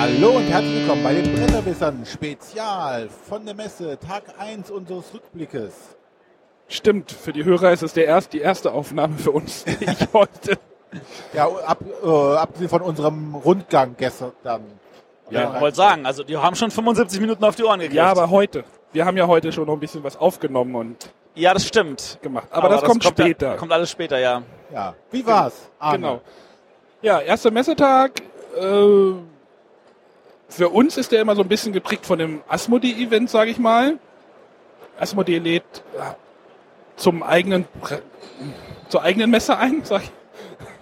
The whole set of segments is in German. herzlich willkommen bei den Bretterwissern Spezial von der Messe, Tag 1 unseres Rückblickes. Stimmt, für die Hörer ist es der erst, die erste Aufnahme für uns, die ich heute. Ja, ab, äh, abgesehen von unserem Rundgang gestern. Ja, wollte sagen, also die haben schon 75 Minuten auf die Ohren gekriegt. Ja, aber heute. Wir haben ja heute schon noch ein bisschen was aufgenommen und Ja, das stimmt. gemacht. Aber, das, kommt, später. Da, kommt alles später, ja. Ja, wie war's? Arne? genau. halt- Ja, erster Messetag. Äh, für uns ist der immer so ein bisschen geprägt von dem Asmodee-Event, sage ich mal. Asmodee lädt äh, zum eigenen Pre zur eigenen Messe ein, sag ich.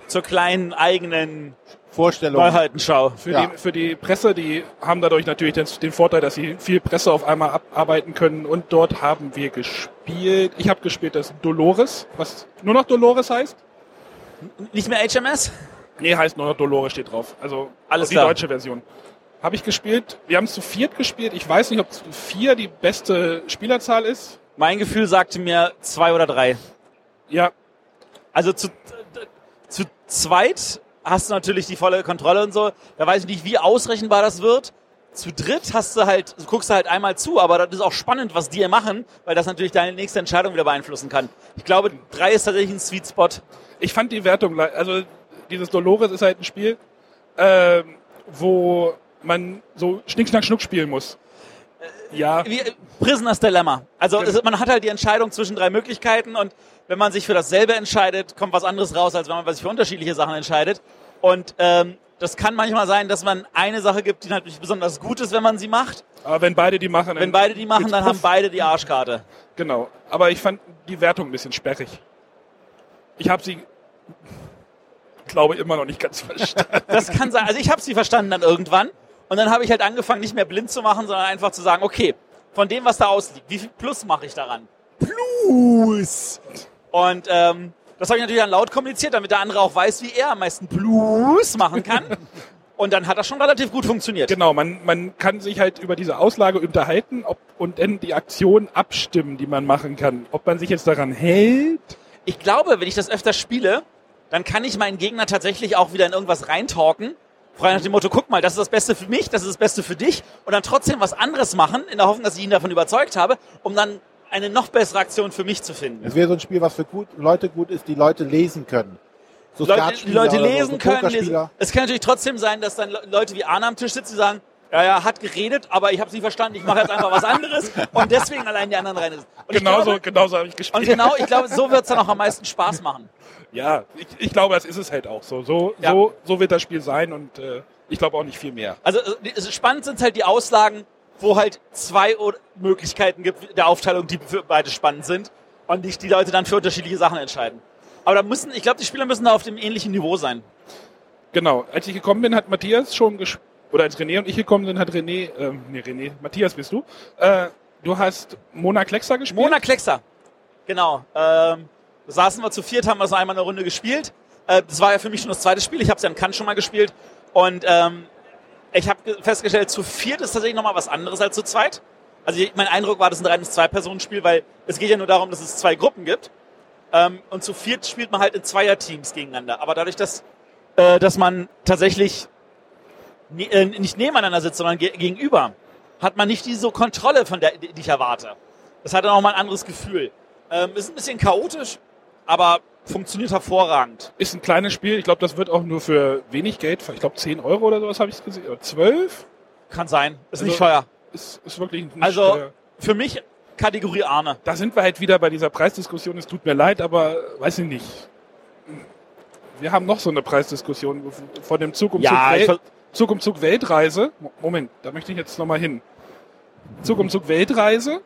Zur kleinen eigenen Vorstellung. halt- Neuheitenschau. Für, Ja. die, für die Presse, die haben dadurch natürlich den, den Vorteil, dass sie viel Presse auf einmal abarbeiten können. Und dort haben wir gespielt. Ich habe gespielt das Dolores, was nur noch Dolores heißt. Nicht mehr HMS? Nee, heißt nur noch Dolores steht drauf. Also Alles die klar. deutsche Version. Habe ich gespielt. Wir haben es zu viert gespielt. Ich weiß nicht, ob zu vier die beste Spielerzahl ist. Mein Gefühl sagte mir zwei oder drei. Ja, Also zu, zu zweit hast du natürlich die volle Kontrolle und so. Da weiß ich nicht, wie ausrechenbar das wird. Zu dritt hast du halt, guckst du halt einmal zu, aber das ist auch spannend, was die hier machen, weil das natürlich deine nächste Entscheidung wieder beeinflussen kann. Ich glaube, drei ist tatsächlich ein Sweet Spot. ich fand die Wertung, le- also dieses Dolores ist halt ein Spiel, ähm, wo man so schnick, schnack, schnuck spielen muss. Ja, wie, äh, Prisoners Dilemma. Also es, man hat halt die Entscheidung zwischen drei Möglichkeiten und wenn man sich für dasselbe entscheidet, kommt was anderes raus, als wenn man sich für unterschiedliche Sachen entscheidet. Und ähm, das kann manchmal sein, dass man eine Sache gibt, die natürlich besonders gut ist, wenn man sie macht. aber wenn beide die machen, dann Wenn beide die machen, geht's dann haben puff. beide die Arschkarte. Genau, aber ich fand die Wertung ein bisschen sperrig. Ich habe sie, glaube immer noch nicht ganz verstanden. Das kann sein. Also ich habe sie verstanden dann irgendwann und dann habe ich halt angefangen, nicht mehr blind zu machen, sondern einfach zu sagen, okay, von dem, was da ausliegt, wie viel Plus mache ich daran? Plus. Und ähm, das habe ich natürlich dann laut kommuniziert, damit der andere auch weiß, wie er am meisten Plus machen kann. Und dann hat das schon relativ gut funktioniert. genau, man, man kann sich halt über diese Auslage unterhalten ob, und dann die Aktion abstimmen, die man machen kann. Ob man sich jetzt daran hält. Ich glaube, wenn ich das öfter spiele, dann kann ich meinen Gegner tatsächlich auch wieder in irgendwas reintalken. Frei nach dem Motto, guck mal, das ist das Beste für mich, das ist das Beste für dich. Und dann trotzdem was anderes machen, in der Hoffnung, dass ich ihn davon überzeugt habe, um dann eine noch bessere Aktion für mich zu finden. Es wäre so ein Spiel, was für gut, Leute gut ist, die Leute lesen können. So Leute, die Skatspieler Leute oder so, lesen so können. Lesen. Pokerspieler. Es kann natürlich trotzdem sein, dass dann Le- Leute wie Arne am Tisch sitzen, die sagen, ja, ja, hat geredet, aber ich habe es nicht verstanden, ich mache jetzt einfach was anderes. Und deswegen allein die anderen rein. Und ich Genauso, glaube, genauso habe ich und gespielt. genau, ich glaube, so wird es dann auch am meisten Spaß machen. Ja, ich, ich glaube, das ist es halt auch so. So, Ja. so, so wird das Spiel sein und äh, ich glaube auch nicht viel mehr. Also äh, die- es- spannend sind halt die Auslagen, wo halt zwei o- Möglichkeiten gibt der Aufteilung, die für beide spannend sind und die, die Leute dann für unterschiedliche Sachen entscheiden. Aber da müssen, ich glaube, die Spieler müssen da auf dem ähnlichen Niveau sein. Genau, als ich gekommen bin, hat Matthias schon gespielt. Oder als René und ich gekommen sind, hat René, äh, nee, René, Matthias bist du. Äh, du hast Mona Kleckser gespielt. Mona Kleckser, genau. Ähm, da saßen wir zu viert, haben wir so einmal eine Runde gespielt. Äh, das war ja für mich schon das zweite Spiel. Ich habe es ja in Cannes schon mal gespielt und ähm, ich habe ge- festgestellt, zu viert ist tatsächlich nochmal was anderes als zu zweit. Also ich- mein Eindruck war, das ist ein reines Zwei-Personen-Spiel, weil es geht ja nur darum, dass es zwei Gruppen gibt. Ähm, und zu viert spielt man halt in Zweier-Teams gegeneinander. Aber dadurch, dass, äh, dass man tatsächlich ne äh, nicht nebeneinander sitzt, sondern ge gegenüber, hat man nicht diese Kontrolle, von der die die ich erwarte. Das hat dann auch mal ein anderes Gefühl. Ähm, ist ein bisschen chaotisch, aber funktioniert hervorragend. Ist ein kleines Spiel. Ich glaube, das wird auch nur für wenig Geld, ich glaube 10 Euro oder sowas habe ich gesehen. Oder 12? Kann sein. Ist nicht Also- teuer. Ist, ist wirklich nicht Also- äh, Für mich Kategorie Arne. da sind wir halt wieder bei dieser Preisdiskussion. Es tut mir leid, aber äh, weiß ich nicht. Wir haben noch so eine Preisdiskussion von dem Zug um Zug Wel- Zug um Zug Weltreise. Mo- Moment, da möchte ich jetzt nochmal hin. Zug um Zug Weltreise.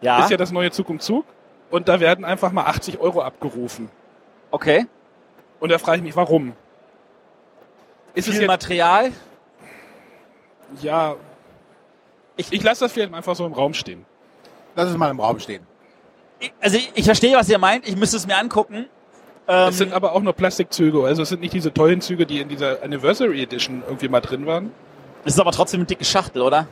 ja. ist ja das neue Zug um Zug. Und da werden einfach mal 80 Euro abgerufen. okay. Und da frage ich mich, warum? Ist es Viel jetzt, Material. ja, Ich- ich, ich lasse das vielleicht einfach so im Raum stehen. Lass es mal im Raum stehen. Ich- Also ich, ich verstehe, was ihr meint. Ich müsste es mir angucken. Ähm. es sind aber auch nur Plastikzüge, also es sind nicht diese tollen Züge, die in dieser Anniversary Edition irgendwie mal drin waren. Ist aber trotzdem eine dicke Schachtel, oder?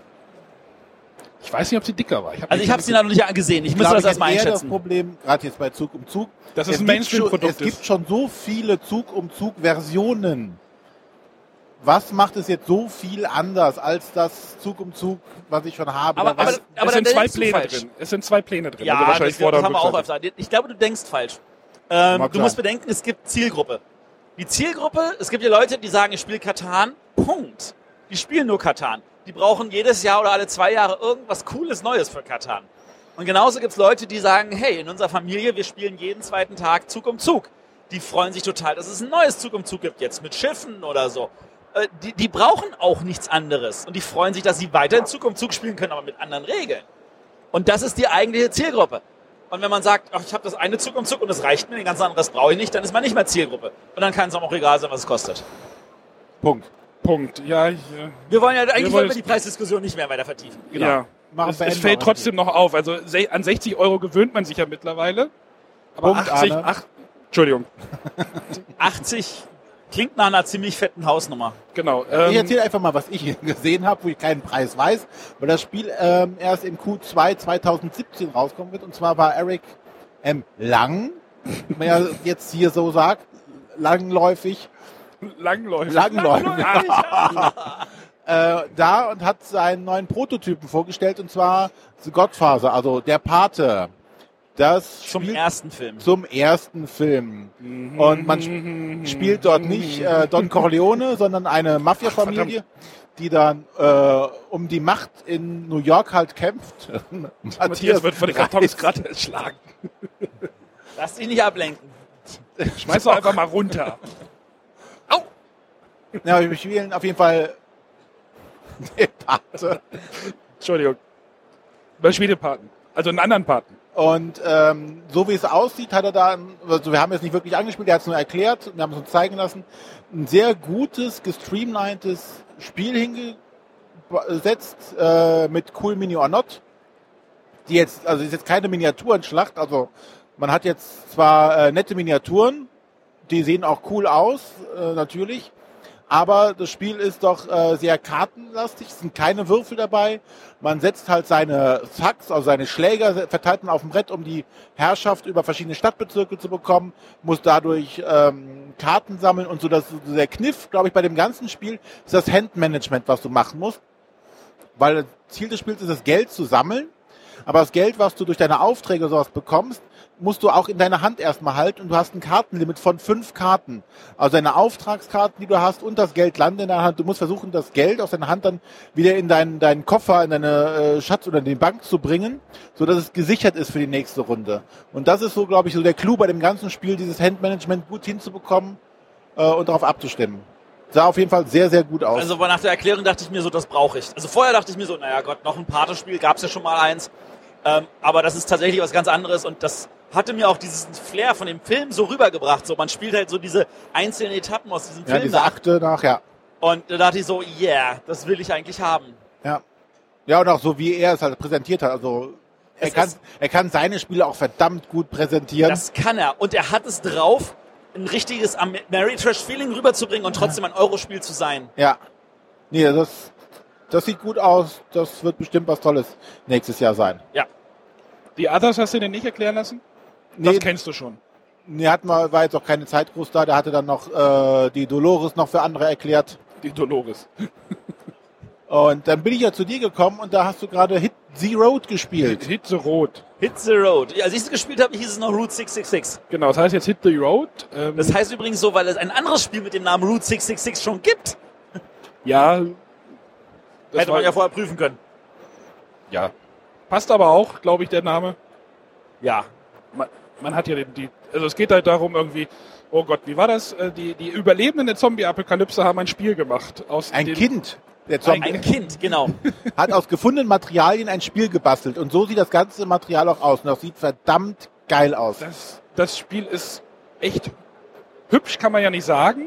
Ich weiß nicht, ob sie dicker war. hab Also nicht ich habe sie geguckt. noch nicht angesehen. Ich müsste Glaube das erstmal hätte eher einschätzen. Das Problem, gerade jetzt bei Zug um Zug, Dass es es gibt schon- ein Mainstream-Produkt Es gibt ist. schon so viele Zug um Zug Versionen. was macht es jetzt so viel anders als das Zug um Zug, was ich schon habe? Aber- oder was? es, es sind dann zwei denkst du Pläne falsch. drin. Es sind zwei Pläne drin. Ja, also wahrscheinlich das, das Vorder- haben und wir auch Rückseite. öfter. Ich glaube, du denkst falsch. Ähm, Mag du musst sein. bedenken, es gibt Zielgruppe. Die Zielgruppe, es gibt ja Leute, die sagen, ich spiele Katan, Punkt. Die spielen nur Katan. Die brauchen jedes Jahr oder alle zwei Jahre irgendwas Cooles Neues für Katan. Und genauso gibt es Leute, die sagen, hey, in unserer Familie, wir spielen jeden zweiten Tag Zug um Zug. Die freuen sich total, dass es ein neues Zug um Zug gibt jetzt mit Schiffen oder so. Äh, Die, die brauchen auch nichts anderes. Und die freuen sich, dass sie weiterhin Zug um Zug spielen können, aber mit anderen Regeln. Und das ist die eigentliche Zielgruppe. Und wenn man sagt, ach, ich habe das eine Zug um Zug und das reicht mir, den ganzen anderen Rest brauche ich nicht, dann ist man nicht mehr Zielgruppe. Und dann kann es einem auch egal sein, was es kostet. Punkt. Punkt. Ja, hier. Wir wollen ja eigentlich wollen wollen wir es- die Preisdiskussion nicht mehr weiter vertiefen. Genau. ja. Machen Es, wir es Ende fällt auch trotzdem noch auf. Also se- an 60 Euro gewöhnt man sich ja mittlerweile. Aber Punkt, 80, Arne. ach, Entschuldigung, 80 klingt nach einer ziemlich fetten Hausnummer. genau. Ich Ähm, erzähle einfach mal, was ich gesehen habe, wo ich keinen Preis weiß, weil das Spiel ähm, erst im Q2 2017 rauskommen wird. Und zwar war Eric M. Lang, wenn man ja jetzt hier so sagt, langläufig, langläufig. Langläufig. Ah, äh, da und hat seinen neuen Prototypen vorgestellt, und zwar The Godfather, also der Pate. Das Zum spielt ersten Film. zum ersten Film. Und man sp Mhm. spielt dort nicht äh, Don Corleone, sondern eine Mafia-Familie, die dann äh, um die Macht in New York halt kämpft. Matthias wird von den Kartons Reis. gerade erschlagen. Lass dich nicht ablenken. Schmeiß doch einfach mal runter. Au! Ja, wir spielen auf jeden Fall den Pate. Entschuldigung. Man spielt den Paten. Also einen anderen Paten. Und ähm, so wie es aussieht, hat er da, ein- also wir haben es nicht wirklich angespielt, er hat es nur erklärt, wir haben es uns zeigen lassen, ein sehr gutes, gestreamlinedes Spiel hingesetzt äh, mit Cool Mini or Not. Die jetzt, also ist jetzt keine Miniaturenschlacht, also man hat jetzt zwar äh, nette Miniaturen, die sehen auch cool aus, äh, natürlich, aber das Spiel ist doch äh, sehr kartenlastig, es sind keine Würfel dabei. Man setzt halt seine Thugs, also seine Schläger, verteilt man auf dem Brett, um die Herrschaft über verschiedene Stadtbezirke zu bekommen, muss dadurch ähm, Karten sammeln und so. Das, der Kniff, glaube ich, bei dem ganzen Spiel ist das Handmanagement, was du machen musst. Weil Ziel des Spiels ist es, Geld zu sammeln. Aber das Geld, was du durch deine Aufträge und sowas bekommst, musst du auch in deiner Hand erstmal halten und du hast ein Kartenlimit von fünf Karten. Also deine Auftragskarten, die du hast und das Geld landen in deiner Hand. Du musst versuchen, das Geld aus deiner Hand dann wieder in deinen, deinen Koffer, in deine äh, Schatz oder in die Bank zu bringen, so dass es gesichert ist für die nächste Runde. Und das ist so, glaube ich, so der Clou bei dem ganzen Spiel, dieses Handmanagement gut hinzubekommen äh, und darauf abzustimmen. Sah auf jeden Fall sehr, sehr gut aus. Also aber nach der Erklärung dachte ich mir so, das brauche ich. Also vorher dachte ich mir so, naja Gott, noch ein Patespiel, gab es ja schon mal eins. Ähm, aber das ist tatsächlich was ganz anderes und das hatte mir auch dieses Flair von dem Film so rübergebracht. So, man spielt halt so diese einzelnen Etappen aus diesem ja, Film diese nach. Akte nach, ja. Und da dachte ich so, yeah, das will ich eigentlich haben. Ja, und auch so, wie er es halt präsentiert hat. Also er Es kann, ist- er kann seine Spiele auch verdammt gut präsentieren. Das kann er. Und er hat es drauf, ein richtiges Am- Mary Trash Feeling rüberzubringen und trotzdem ein Eurospiel zu sein. ja. Nee, das, das sieht gut aus. Das wird bestimmt was Tolles nächstes Jahr sein. Die Others hast du dir nicht erklären lassen? Nee, Das kennst du schon. Nee, hat mal, war jetzt auch keine Zeit groß da. Der hatte dann noch äh, die Dolores noch für andere erklärt. Die Dolores. Und dann bin ich ja zu dir gekommen und da hast du gerade Hit The Road gespielt. Hit the Road. Hit the Road. Ja, Als ich es gespielt habe, hieß es noch Route 666. Genau, das heißt jetzt Hit the Road. Ähm, Das heißt übrigens so, weil es ein anderes Spiel mit dem Namen Route 666 schon gibt. ja. Das Hätte war, man ja vorher prüfen können. ja. Passt aber auch, glaube ich, der Name. Ja. man, man hat ja den, die, also es geht halt darum irgendwie, oh Gott, wie war das? Äh, Die, die Überlebenden der Zombie-Apokalypse haben ein Spiel gemacht. Aus Ein dem, Kind. Der Zombie Ein Kind, genau. hat aus gefundenen Materialien ein Spiel gebastelt. Und so sieht das ganze Material auch aus. Und das sieht verdammt geil aus. Das, das Spiel ist echt hübsch, kann man ja nicht sagen.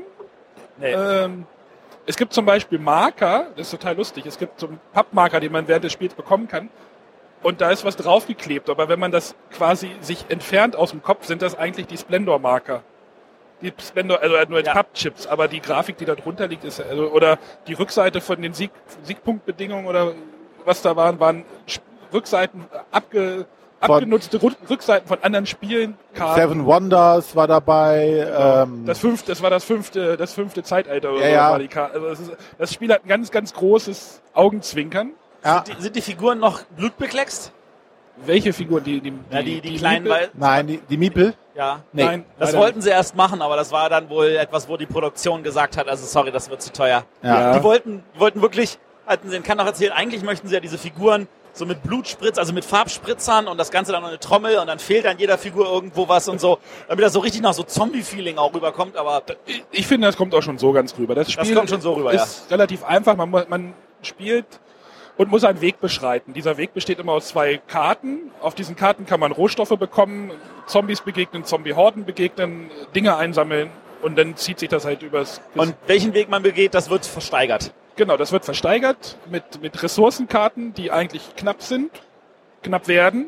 Nee. Ähm, es gibt zum Beispiel Marker, das ist total lustig, es gibt so einen Pappmarker, den man während des Spiels bekommen kann. Und da ist was draufgeklebt, aber wenn man das quasi sich entfernt aus dem Kopf, sind das eigentlich die Splendor-Marker. Die Splendor, also nur als Ja. Pappchips, aber die Grafik, die da drunter liegt, ist, also, oder die Rückseite von den Sieg, Siegpunktbedingungen oder was da waren, waren Sch- Rückseiten abge, abgenutzte Ru- Rückseiten von anderen Spielen, Karten. Seven Wonders war dabei. Ähm, Das fünfte, das war das fünfte, das fünfte Zeitalter oder Ja, so, ja. war die Karte. Also das, ist, das Spiel hat ein ganz, ganz großes Augenzwinkern. ja, Die, sind die Figuren noch blutbekleckst? Welche Figuren, die, die, Ja, die, die, kleinen, Liebe- weil, nein, die, die Miepel. ja. Nee. Nein, Das leider wollten sie erst machen, aber das war dann wohl etwas, wo die Produktion gesagt hat, also sorry, das wird zu teuer. Ja. Ja. Die wollten, die wollten wirklich, hatten sie den Kann auch erzählt, eigentlich möchten sie ja diese Figuren so mit Blutspritz, also mit Farbspritzern und das Ganze dann noch eine Trommel und dann fehlt an jeder Figur irgendwo was und so, damit das so richtig nach so Zombie-Feeling auch rüberkommt, aber Ich- Ich finde, das kommt auch schon so ganz rüber. Das Spiel kommt schon so rüber, ist relativ einfach. Man, mu- man spielt und muss einen Weg beschreiten. Dieser Weg besteht immer aus zwei Karten. Auf diesen Karten kann man Rohstoffe bekommen, Zombies begegnen, Zombie-Horden begegnen, Dinge einsammeln und dann zieht sich das halt übers... und welchen Weg man begeht, das wird versteigert. genau, das wird versteigert mit, mit Ressourcenkarten, die eigentlich knapp sind, knapp werden.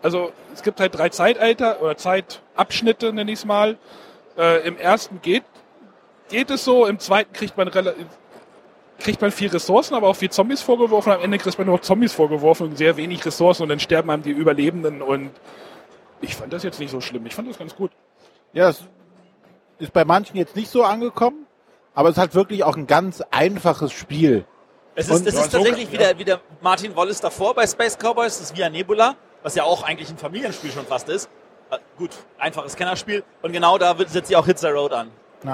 Also es gibt halt drei Zeitalter oder Zeitabschnitte, nenne ich es mal. Äh, Im ersten geht, geht es so, im zweiten kriegt man rela- kriegt man viel Ressourcen, aber auch viel Zombies vorgeworfen. Am Ende kriegt man nur noch Zombies vorgeworfen und sehr wenig Ressourcen und dann sterben einem die Überlebenden und ich fand das jetzt nicht so schlimm. Ich fand das ganz gut. Ja, das ist bei manchen jetzt nicht so angekommen, aber es hat wirklich auch ein ganz einfaches Spiel. Es ist, Und- es ja, ist so tatsächlich kann- wieder, wieder Martin Wallace davor bei Space Cowboys, das Via Nebula, was ja auch eigentlich ein Familienspiel schon fast ist. Äh, Gut, einfaches Kennerspiel. Und genau da wird- setzt sie auch Hits the Road an.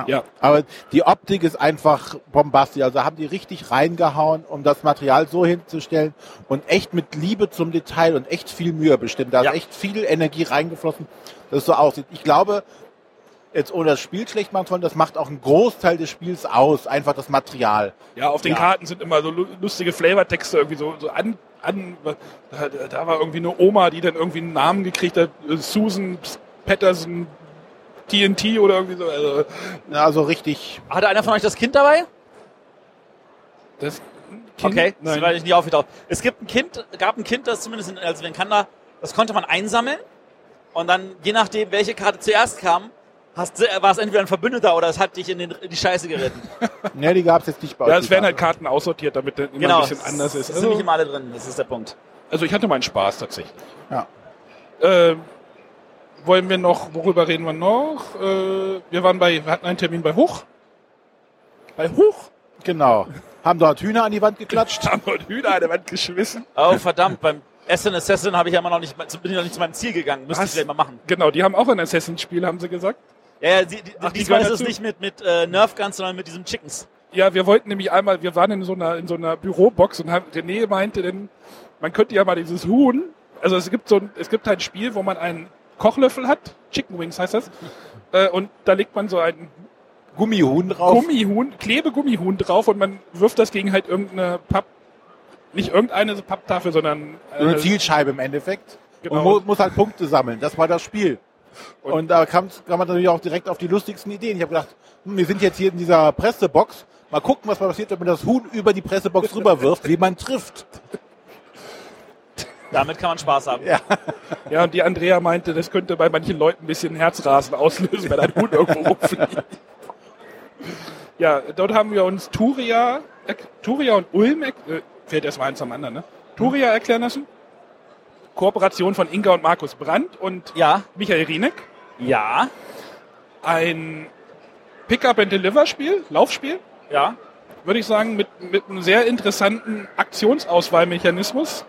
Ja. Aber die Optik ist einfach bombastisch. Also haben die richtig reingehauen, um das Material so hinzustellen und echt mit Liebe zum Detail und echt viel Mühe bestimmt. Da Ja. ist echt viel Energie reingeflossen, dass es so aussieht. Ich glaube, jetzt ohne das Spiel schlecht machen zu wollen, das macht auch einen Großteil des Spiels aus, einfach das Material. Ja, auf den Ja. Karten sind immer so lu- lustige Flavortexte irgendwie so, so an, an da, da war irgendwie eine Oma, die dann irgendwie einen Namen gekriegt hat, äh, Susan Patterson TNT oder irgendwie so. Also, Ja, Also richtig, Hatte einer von euch das Kind dabei? das Kind, Okay, das war nein. ich nicht aufgetaucht. Es gibt ein Kind, gab ein Kind, das zumindest in, also in Kanada, das konnte man einsammeln. Und dann, je nachdem, welche Karte zuerst kam, hast, du- war es entweder ein Verbündeter oder es hat dich in, den, in die Scheiße geritten. ne, die gab es jetzt nicht bei Ja, uns, es die werden halt Karte. Karten aussortiert, damit das immer genau. ein bisschen anders ist. Es sind nicht Also, immer alle drin, das ist der Punkt. also ich hatte meinen Spaß tatsächlich. Ja. Ähm, wollen wir noch, worüber reden wir noch? Äh, wir waren bei, wir hatten einen Termin bei Hoch. Bei Hoch? Genau. Haben dort Hühner an die Wand geklatscht. Da haben wir einen Hühner an der Wand geschmissen. Oh, verdammt, beim Essen Assassin habe ich ja immer noch nicht, bin ich noch nicht zu meinem Ziel gegangen. Müsste ich Was? vielleicht mal machen. Genau, die haben auch ein Assassin-Spiel, haben sie gesagt. Ja, ja, die, die, Ach, die diesmal ist gehören es dazu? nicht mit, mit äh, Nerf Guns, sondern mit diesem Chickens. Ja, wir wollten nämlich einmal, wir waren in so einer, in so einer Bürobox und haben, René meinte denn, man könnte ja mal dieses Huhn, also es gibt so ein, es gibt halt ein Spiel, wo man einen Kochlöffel hat, Chicken Wings heißt das, äh, und da legt man so ein Gummihuhn drauf. Gummihuhn, Klebegummihuhn drauf und man wirft das gegen halt irgendeine Papp, nicht irgendeine Papptafel, sondern äh, So eine Zielscheibe im Endeffekt. Genau. Und mu muss halt Punkte sammeln. Das war das Spiel. Und- Und, da kam, kam man natürlich auch direkt auf die lustigsten Ideen. Ich habe gedacht, hm, wir sind jetzt hier in dieser Pressebox. Mal gucken, was passiert, wenn man das Huhn über die Pressebox rüberwirft, wie man trifft. Damit kann man Spaß haben. ja, und die Andrea meinte, das könnte bei manchen Leuten ein bisschen Herzrasen auslösen, wenn ein Huhn irgendwo rumfliegt. Ja, dort haben wir uns Turia, erk- Turia und Ulm, erk- äh, fällt erstmal eins am anderen, ne? Turia erklären lassen. Kooperation von Inga und Markus Brandt und Ja. Michael Rieneck. Ja. Ein Pick-up-and-Deliver-Spiel, Laufspiel, Ja. würde ich sagen, mit, mit einem sehr interessanten Aktionsauswahlmechanismus,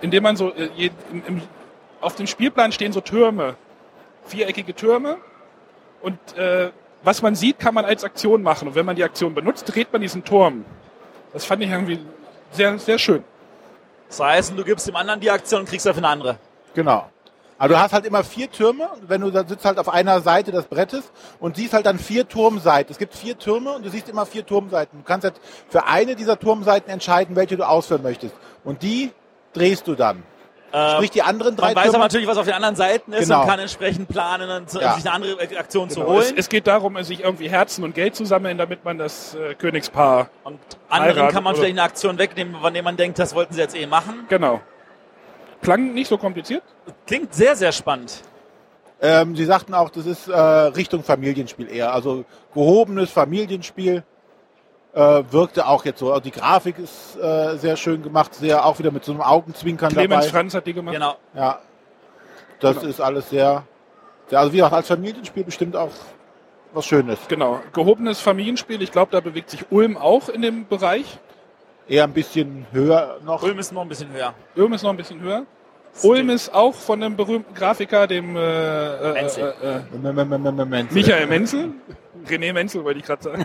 indem man so, äh, je, im, im, auf dem Spielplan stehen so Türme, viereckige Türme und äh, was man sieht, kann man als Aktion machen und wenn man die Aktion benutzt, dreht man diesen Turm. Das fand ich irgendwie sehr, sehr schön. Das heißt, du gibst dem anderen die Aktion und kriegst dafür eine andere. Genau. Aber du hast halt immer vier Türme und wenn du da sitzt halt auf einer Seite des Brettes und siehst halt dann vier Turmseiten. Es gibt vier Türme und du siehst immer vier Turmseiten. Du kannst halt für eine dieser Turmseiten entscheiden, welche du ausführen möchtest. Und die drehst du dann. Äh, Sprich, die anderen drei man weiß aber Türme. natürlich, was auf den anderen Seiten ist Genau. und kann entsprechend planen, dann zu, Ja. sich eine andere Aktion zu Genau. Es, holen. es geht darum, sich irgendwie Herzen und Geld zu sammeln, damit man das äh, Königspaar. Und anderen heiraten kann man oder- vielleicht eine Aktion wegnehmen, von der man denkt, das wollten sie jetzt eh machen. Genau. Klang nicht so kompliziert. Klingt sehr, sehr spannend. Ähm, sie sagten auch, das ist äh, Richtung Familienspiel eher. Also gehobenes Familienspiel äh, wirkte auch jetzt so. Also die Grafik ist äh, sehr schön gemacht, sehr auch wieder mit so einem Augenzwinkern Clemens dabei. Franz hat die gemacht. Genau. Ja, Das Genau. ist alles sehr, sehr, also wie gesagt, als Familienspiel bestimmt auch was Schönes. Genau, gehobenes Familienspiel. Ich glaube, da bewegt sich Ulm auch in dem Bereich. Eher ein bisschen höher noch. Ulm ist noch ein bisschen höher. Ulm ist noch ein bisschen höher. Ulm ist auch von dem berühmten Grafiker, dem äh, äh, Menzel. äh, äh, Moment. Michael Menzel. René Menzel, wollte ich gerade sagen.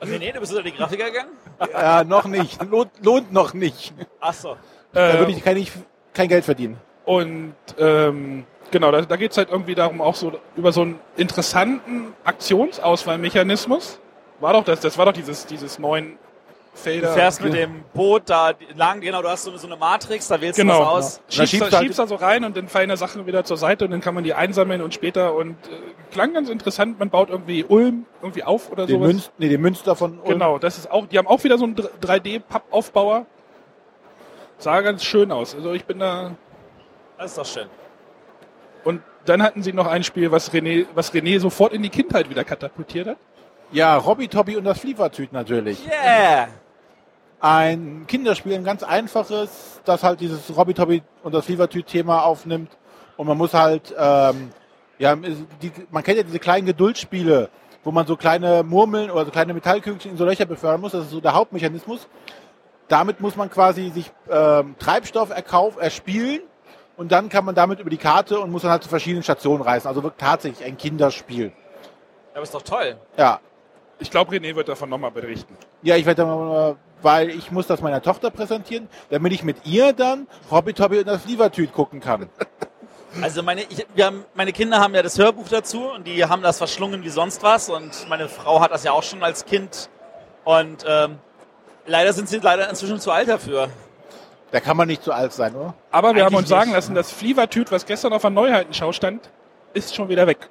Also, nee, du bist unter die Grafiker gegangen? Ja, noch nicht. Lohnt, lohnt noch nicht. Achso. Da Äh, würde ich, kann ich kein Geld verdienen. Und ähm, genau, da, da geht es halt irgendwie darum, auch so über so einen interessanten Aktionsauswahlmechanismus. War doch das, das war doch dieses, dieses neuen Du Felder. fährst mit dem Boot da lang, genau, du hast so eine, so eine Matrix, da wählst du Genau. was aus. Da Schiebst, schiebst da, du- schiebst da so rein und dann fallen da Sachen wieder zur Seite und dann kann man die einsammeln und später und äh, klang ganz interessant, man baut irgendwie Ulm irgendwie auf oder Den, sowas. Münz, nee, den Münster von Ulm. Also Genau, das ist auch, die haben auch wieder so einen 3D-Pappaufbauer. Sah ganz schön aus. Also ich bin da Das ist doch schön. Und dann hatten sie noch ein Spiel, was René, was René sofort in die Kindheit wieder katapultiert hat. Ja, Robby Tobby und das Fliefertüt natürlich. Yeah! Ein Kinderspiel, ein ganz einfaches, das halt dieses Robby Tobby und das Fliefertüt-Thema aufnimmt. Und man muss halt, ähm, ja, die, man kennt ja diese kleinen Geduldsspiele, wo man so kleine Murmeln oder so kleine Metallkügelchen in so Löcher befördern muss. Das ist so der Hauptmechanismus. Damit muss man quasi sich ähm, Treibstoff erkauf, erspielen und dann kann man damit über die Karte und muss dann halt zu verschiedenen Stationen reisen. Also wirklich tatsächlich ein Kinderspiel. Aber ist doch toll. Ja, Ich glaube, René wird davon nochmal berichten. Ja, ich werde mal, weil ich muss das meiner Tochter präsentieren, damit ich mit ihr dann Hobby Tobby und das Lievertüt gucken kann. Also meine, ich, wir haben, meine Kinder haben ja das Hörbuch dazu und die haben das verschlungen wie sonst was und meine Frau hat das ja auch schon als Kind und ähm, leider sind sie leider inzwischen zu alt dafür. Da kann man nicht zu alt sein, oder? Aber wir Eigentlich haben uns sagen nicht. lassen, das Flievertüt, was gestern auf der Neuheitenschau stand, ist schon wieder weg.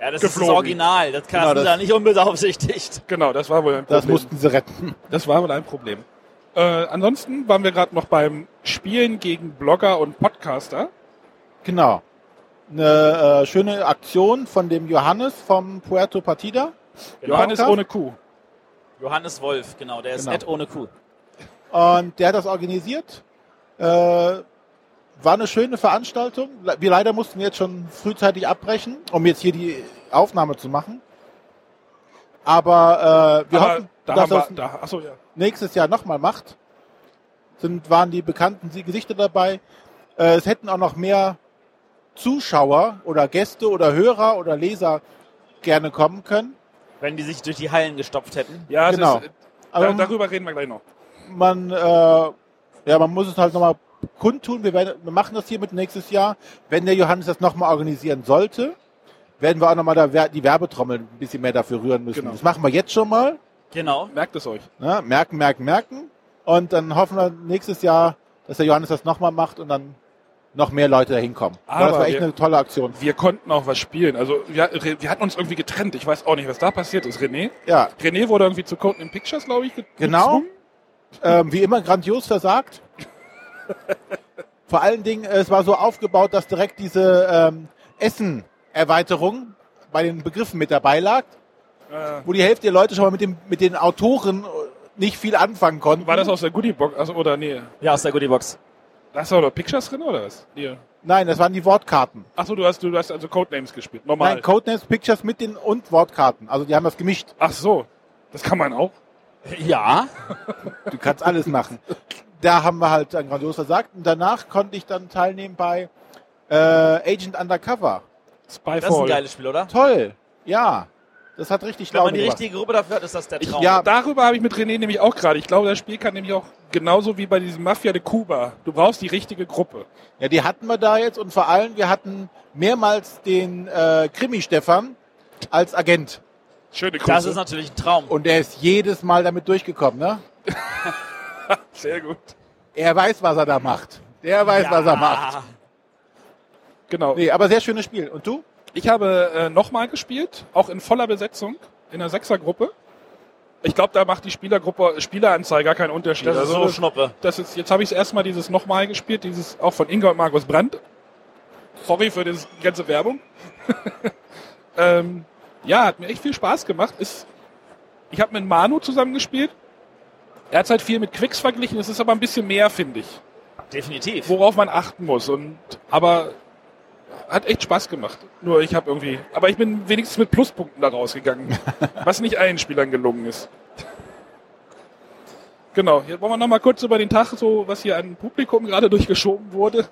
Ja, das ist Geflogen. das Original. Das kann Genau, das das- da nicht unbeaufsichtigt. Genau, das war wohl ein Problem. Das mussten sie retten. Das war wohl ein Problem. Äh, ansonsten waren wir gerade noch beim Spielen gegen Blogger und Podcaster. Genau. Eine äh, schöne Aktion von dem Johannes vom Puerto Partida. Johannes Podcast? ohne Kuh. Johannes Wolf, genau, der ist Genau. nett ohne Kuh. Und der hat das organisiert. Äh, war eine schöne Veranstaltung. Le- Wir leider mussten jetzt schon frühzeitig abbrechen, um jetzt hier die Aufnahme zu machen. Aber äh, wir Aber hoffen, da dass haben wir, das da, achso, ja. nächstes Jahr nochmal macht, sind, waren die bekannten Sie- Gesichter dabei. Äh, es hätten auch noch mehr Zuschauer oder Gäste oder Hörer oder Leser gerne kommen können. Wenn die sich durch die Hallen gestopft hätten. Ja, es Genau. ist, Aber da, darüber reden wir gleich noch. man, äh, ja, man muss es halt nochmal kundtun. Wir, werden, wir machen das hier mit nächstes Jahr. Wenn der Johannes das nochmal organisieren sollte, werden wir auch nochmal da wer- die Werbetrommel ein bisschen mehr dafür rühren müssen. Genau. Das machen wir jetzt schon mal. Genau. Merkt es euch. Ne? Merken, merken, merken. Und dann hoffen wir nächstes Jahr, dass der Johannes das nochmal macht und dann noch mehr Leute da hinkommen. Weil Aber das war echt wir- eine tolle Aktion. Wir konnten auch was spielen. Also wir, wir hatten uns irgendwie getrennt. Ich weiß auch nicht, was da passiert ist, René. Ja, René wurde irgendwie zu Code in Pictures, glaube ich, ge- genau. gezwungen. Ähm, wie immer grandios versagt. Vor allen Dingen, äh, es war so aufgebaut, dass direkt diese ähm, Essen-Erweiterung bei den Begriffen mit dabei lag, Äh, wo die Hälfte der Leute schon mal mit, dem, mit den Autoren äh, nicht viel anfangen konnten. war das aus der Goodiebox? Also, oder nee. Ja, aus der Goodie Box. Da hast du doch Pictures drin, oder was? Nee. Nein, das waren die Wortkarten. Achso, du hast, du hast also Codenames gespielt. Normal. Nein, Codenames, Pictures mit den und Wortkarten. Also die haben das gemischt. Ach so. Das kann man auch. Ja. Du kannst alles machen. Da haben wir halt dann grandios versagt. Und danach konnte ich dann teilnehmen bei äh, Agent Undercover. Das ist ein Spyfall. geiles Spiel, oder? Toll. Ja. Das hat richtig Wenn man Laune die gemacht. richtige Gruppe dafür hat, ist das der Ich- Traum. ja. Darüber habe ich mit René nämlich auch gerade. Ich glaube, das Spiel kann nämlich auch genauso wie bei diesem Mafia de Cuba. Du brauchst die richtige Gruppe. Ja, die hatten wir da jetzt. Und vor allem, wir hatten mehrmals den äh, Krimi-Stefan als Agent. Schöne Grüße. Das ist natürlich ein Traum. Und er ist jedes Mal damit durchgekommen. Ne? Sehr gut. Er weiß, was er da macht. Der weiß, was er macht. Genau. Nee, aber sehr schönes Spiel. Und du? Ich habe äh, nochmal gespielt, auch in voller Besetzung, in der Sechsergruppe. Ich glaube, da macht die Spielergruppe Spieleranzahl gar keinen Unterschied. Das ist Also so Schnuppe. das ist, jetzt habe ich erstmal dieses nochmal gespielt, dieses auch von Inga und Markus Brandt. Sorry für das die ganze Werbung. ähm, ja, hat mir echt viel Spaß gemacht. Ist, ich habe mit Manu zusammengespielt. Er hat halt viel mit Quicks verglichen, es ist aber ein bisschen mehr, finde ich Definitiv. worauf man achten muss. Und aber hat echt Spaß gemacht. Nur ich habe irgendwie, aber ich bin wenigstens mit Pluspunkten da rausgegangen, was nicht allen Spielern gelungen ist. Genau, jetzt wollen wir nochmal kurz über den Tag, so was hier an Publikum gerade durchgeschoben wurde.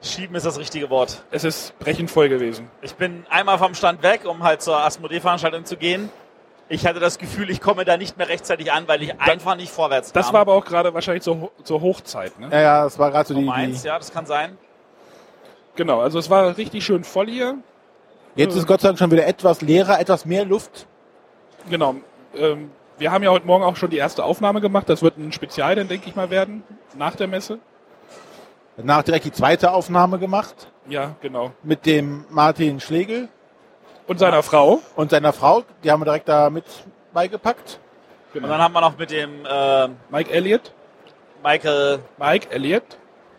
Schieben ist das richtige Wort. Es ist brechend voll gewesen. Ich bin einmal vom Stand weg, um halt zur Asmodee-Veranstaltung zu gehen. Ich hatte das Gefühl, ich komme da nicht mehr rechtzeitig an, weil ich einfach nicht vorwärts kam. Das war aber auch gerade wahrscheinlich zur, Ho- zur Hochzeit. Ne? Ja, ja, das war gerade so die, meins, die. ja, das kann sein. Genau, also es war richtig schön voll hier. Jetzt ist Gott sei Dank schon wieder etwas leerer, etwas mehr Luft. Genau. Ähm, wir haben ja heute Morgen auch schon die erste Aufnahme gemacht. Das wird ein Spezial, dann denke ich mal, werden. Nach der Messe. Danach direkt die zweite Aufnahme gemacht Ja, genau. mit dem Martin Schlegel Und seiner Frau. und seiner Frau. Die haben wir direkt da mit beigepackt. Genau. Und dann haben wir noch mit dem äh, Mike Elliott. Michael Mike Elliott.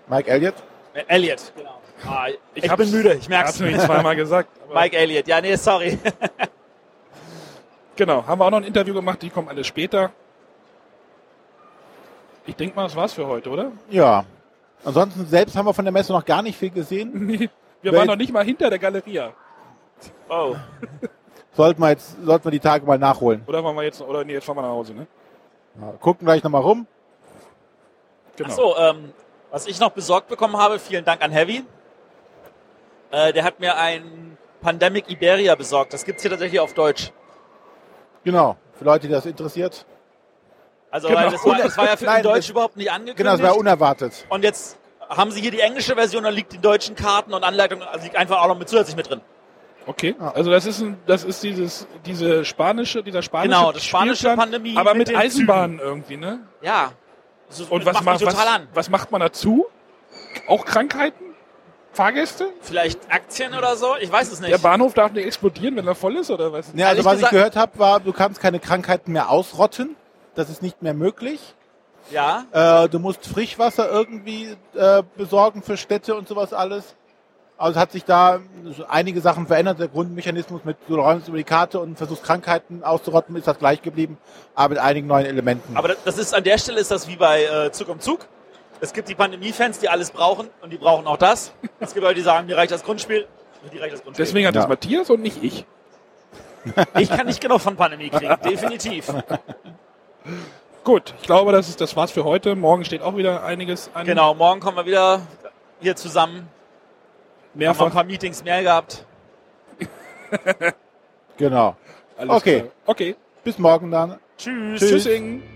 Mike Elliott. äh, Elliot. Genau. Ah, ich hab's- bin müde, ich merk's. Hab's nämlich zweimal gesagt. aber- Mike Elliot. Ja, nee, sorry. Genau. Haben wir auch noch ein Interview gemacht. Die kommen alle später. Ich denke mal, das war's für heute, oder? Ja. Ansonsten selbst haben wir von der Messe noch gar nicht viel gesehen. wir Wel- waren noch nicht mal hinter der Galeria. Oh. Sollten wir jetzt, sollten wir die Tage mal nachholen. Oder waren wir jetzt, oder nee, jetzt fahren wir nach Hause, ne? Ja, gucken gleich nochmal rum. Genau. Achso, ähm, was ich noch besorgt bekommen habe, vielen Dank an Heavy. Äh, der hat mir ein Pandemic Iberia besorgt. Das gibt's hier tatsächlich auf Deutsch. Genau. Für Leute, die das interessiert. Also Genau. weil das, war, das war ja für Nein, den Deutsch das- überhaupt nicht angekündigt. Genau, das war unerwartet. und jetzt haben sie hier die englische Version, dann liegt die deutschen Karten und Anleitungen, also liegt einfach auch noch mit zusätzlich mit drin. Okay, Ah. Ja. also das ist ein, das ist dieses diese spanische, dieser spanische Genau, das spanische Pandemie aber mit mit, den Eisenbahn irgendwie, ne? Ja. Das ist- Und was macht mich macht total was, an. was macht man dazu? Auch Krankheiten? Fahrgäste? Vielleicht Aktien oder so? Ich weiß es nicht. Der Bahnhof darf nicht explodieren, wenn er voll ist oder was? Ja, also Ehrlich was gesagt- ich gehört habe, war, du kannst keine Krankheiten mehr ausrotten. Das ist nicht mehr möglich. ja. Äh, du musst Frischwasser irgendwie äh, besorgen für Städte und sowas alles. Also es hat sich da so einige Sachen verändert. Der Grundmechanismus mit du räumst über die Karte und versuchst Krankheiten auszurotten, ist das gleich geblieben, aber mit einigen neuen Elementen. Aber das- das ist an der Stelle ist das wie bei äh, Zug um Zug. Es gibt die Pandemie-Fans, die alles brauchen und die brauchen auch das. Es gibt Leute, die sagen, mir reicht das Grundspiel. und Die reicht das Grundspiel. Deswegen hat das Ja. Matthias und nicht ich. Ich kann nicht genug von Pandemie kriegen, definitiv. Gut, ich glaube, das ist das war's für heute. Morgen steht auch wieder einiges an. Genau, morgen kommen wir wieder hier zusammen. mehr Haben wir von ein paar Meetings mehr gehabt. genau. Alles Okay. klar. Okay. Genau. Bis morgen dann. Tschüss. Tschüssing.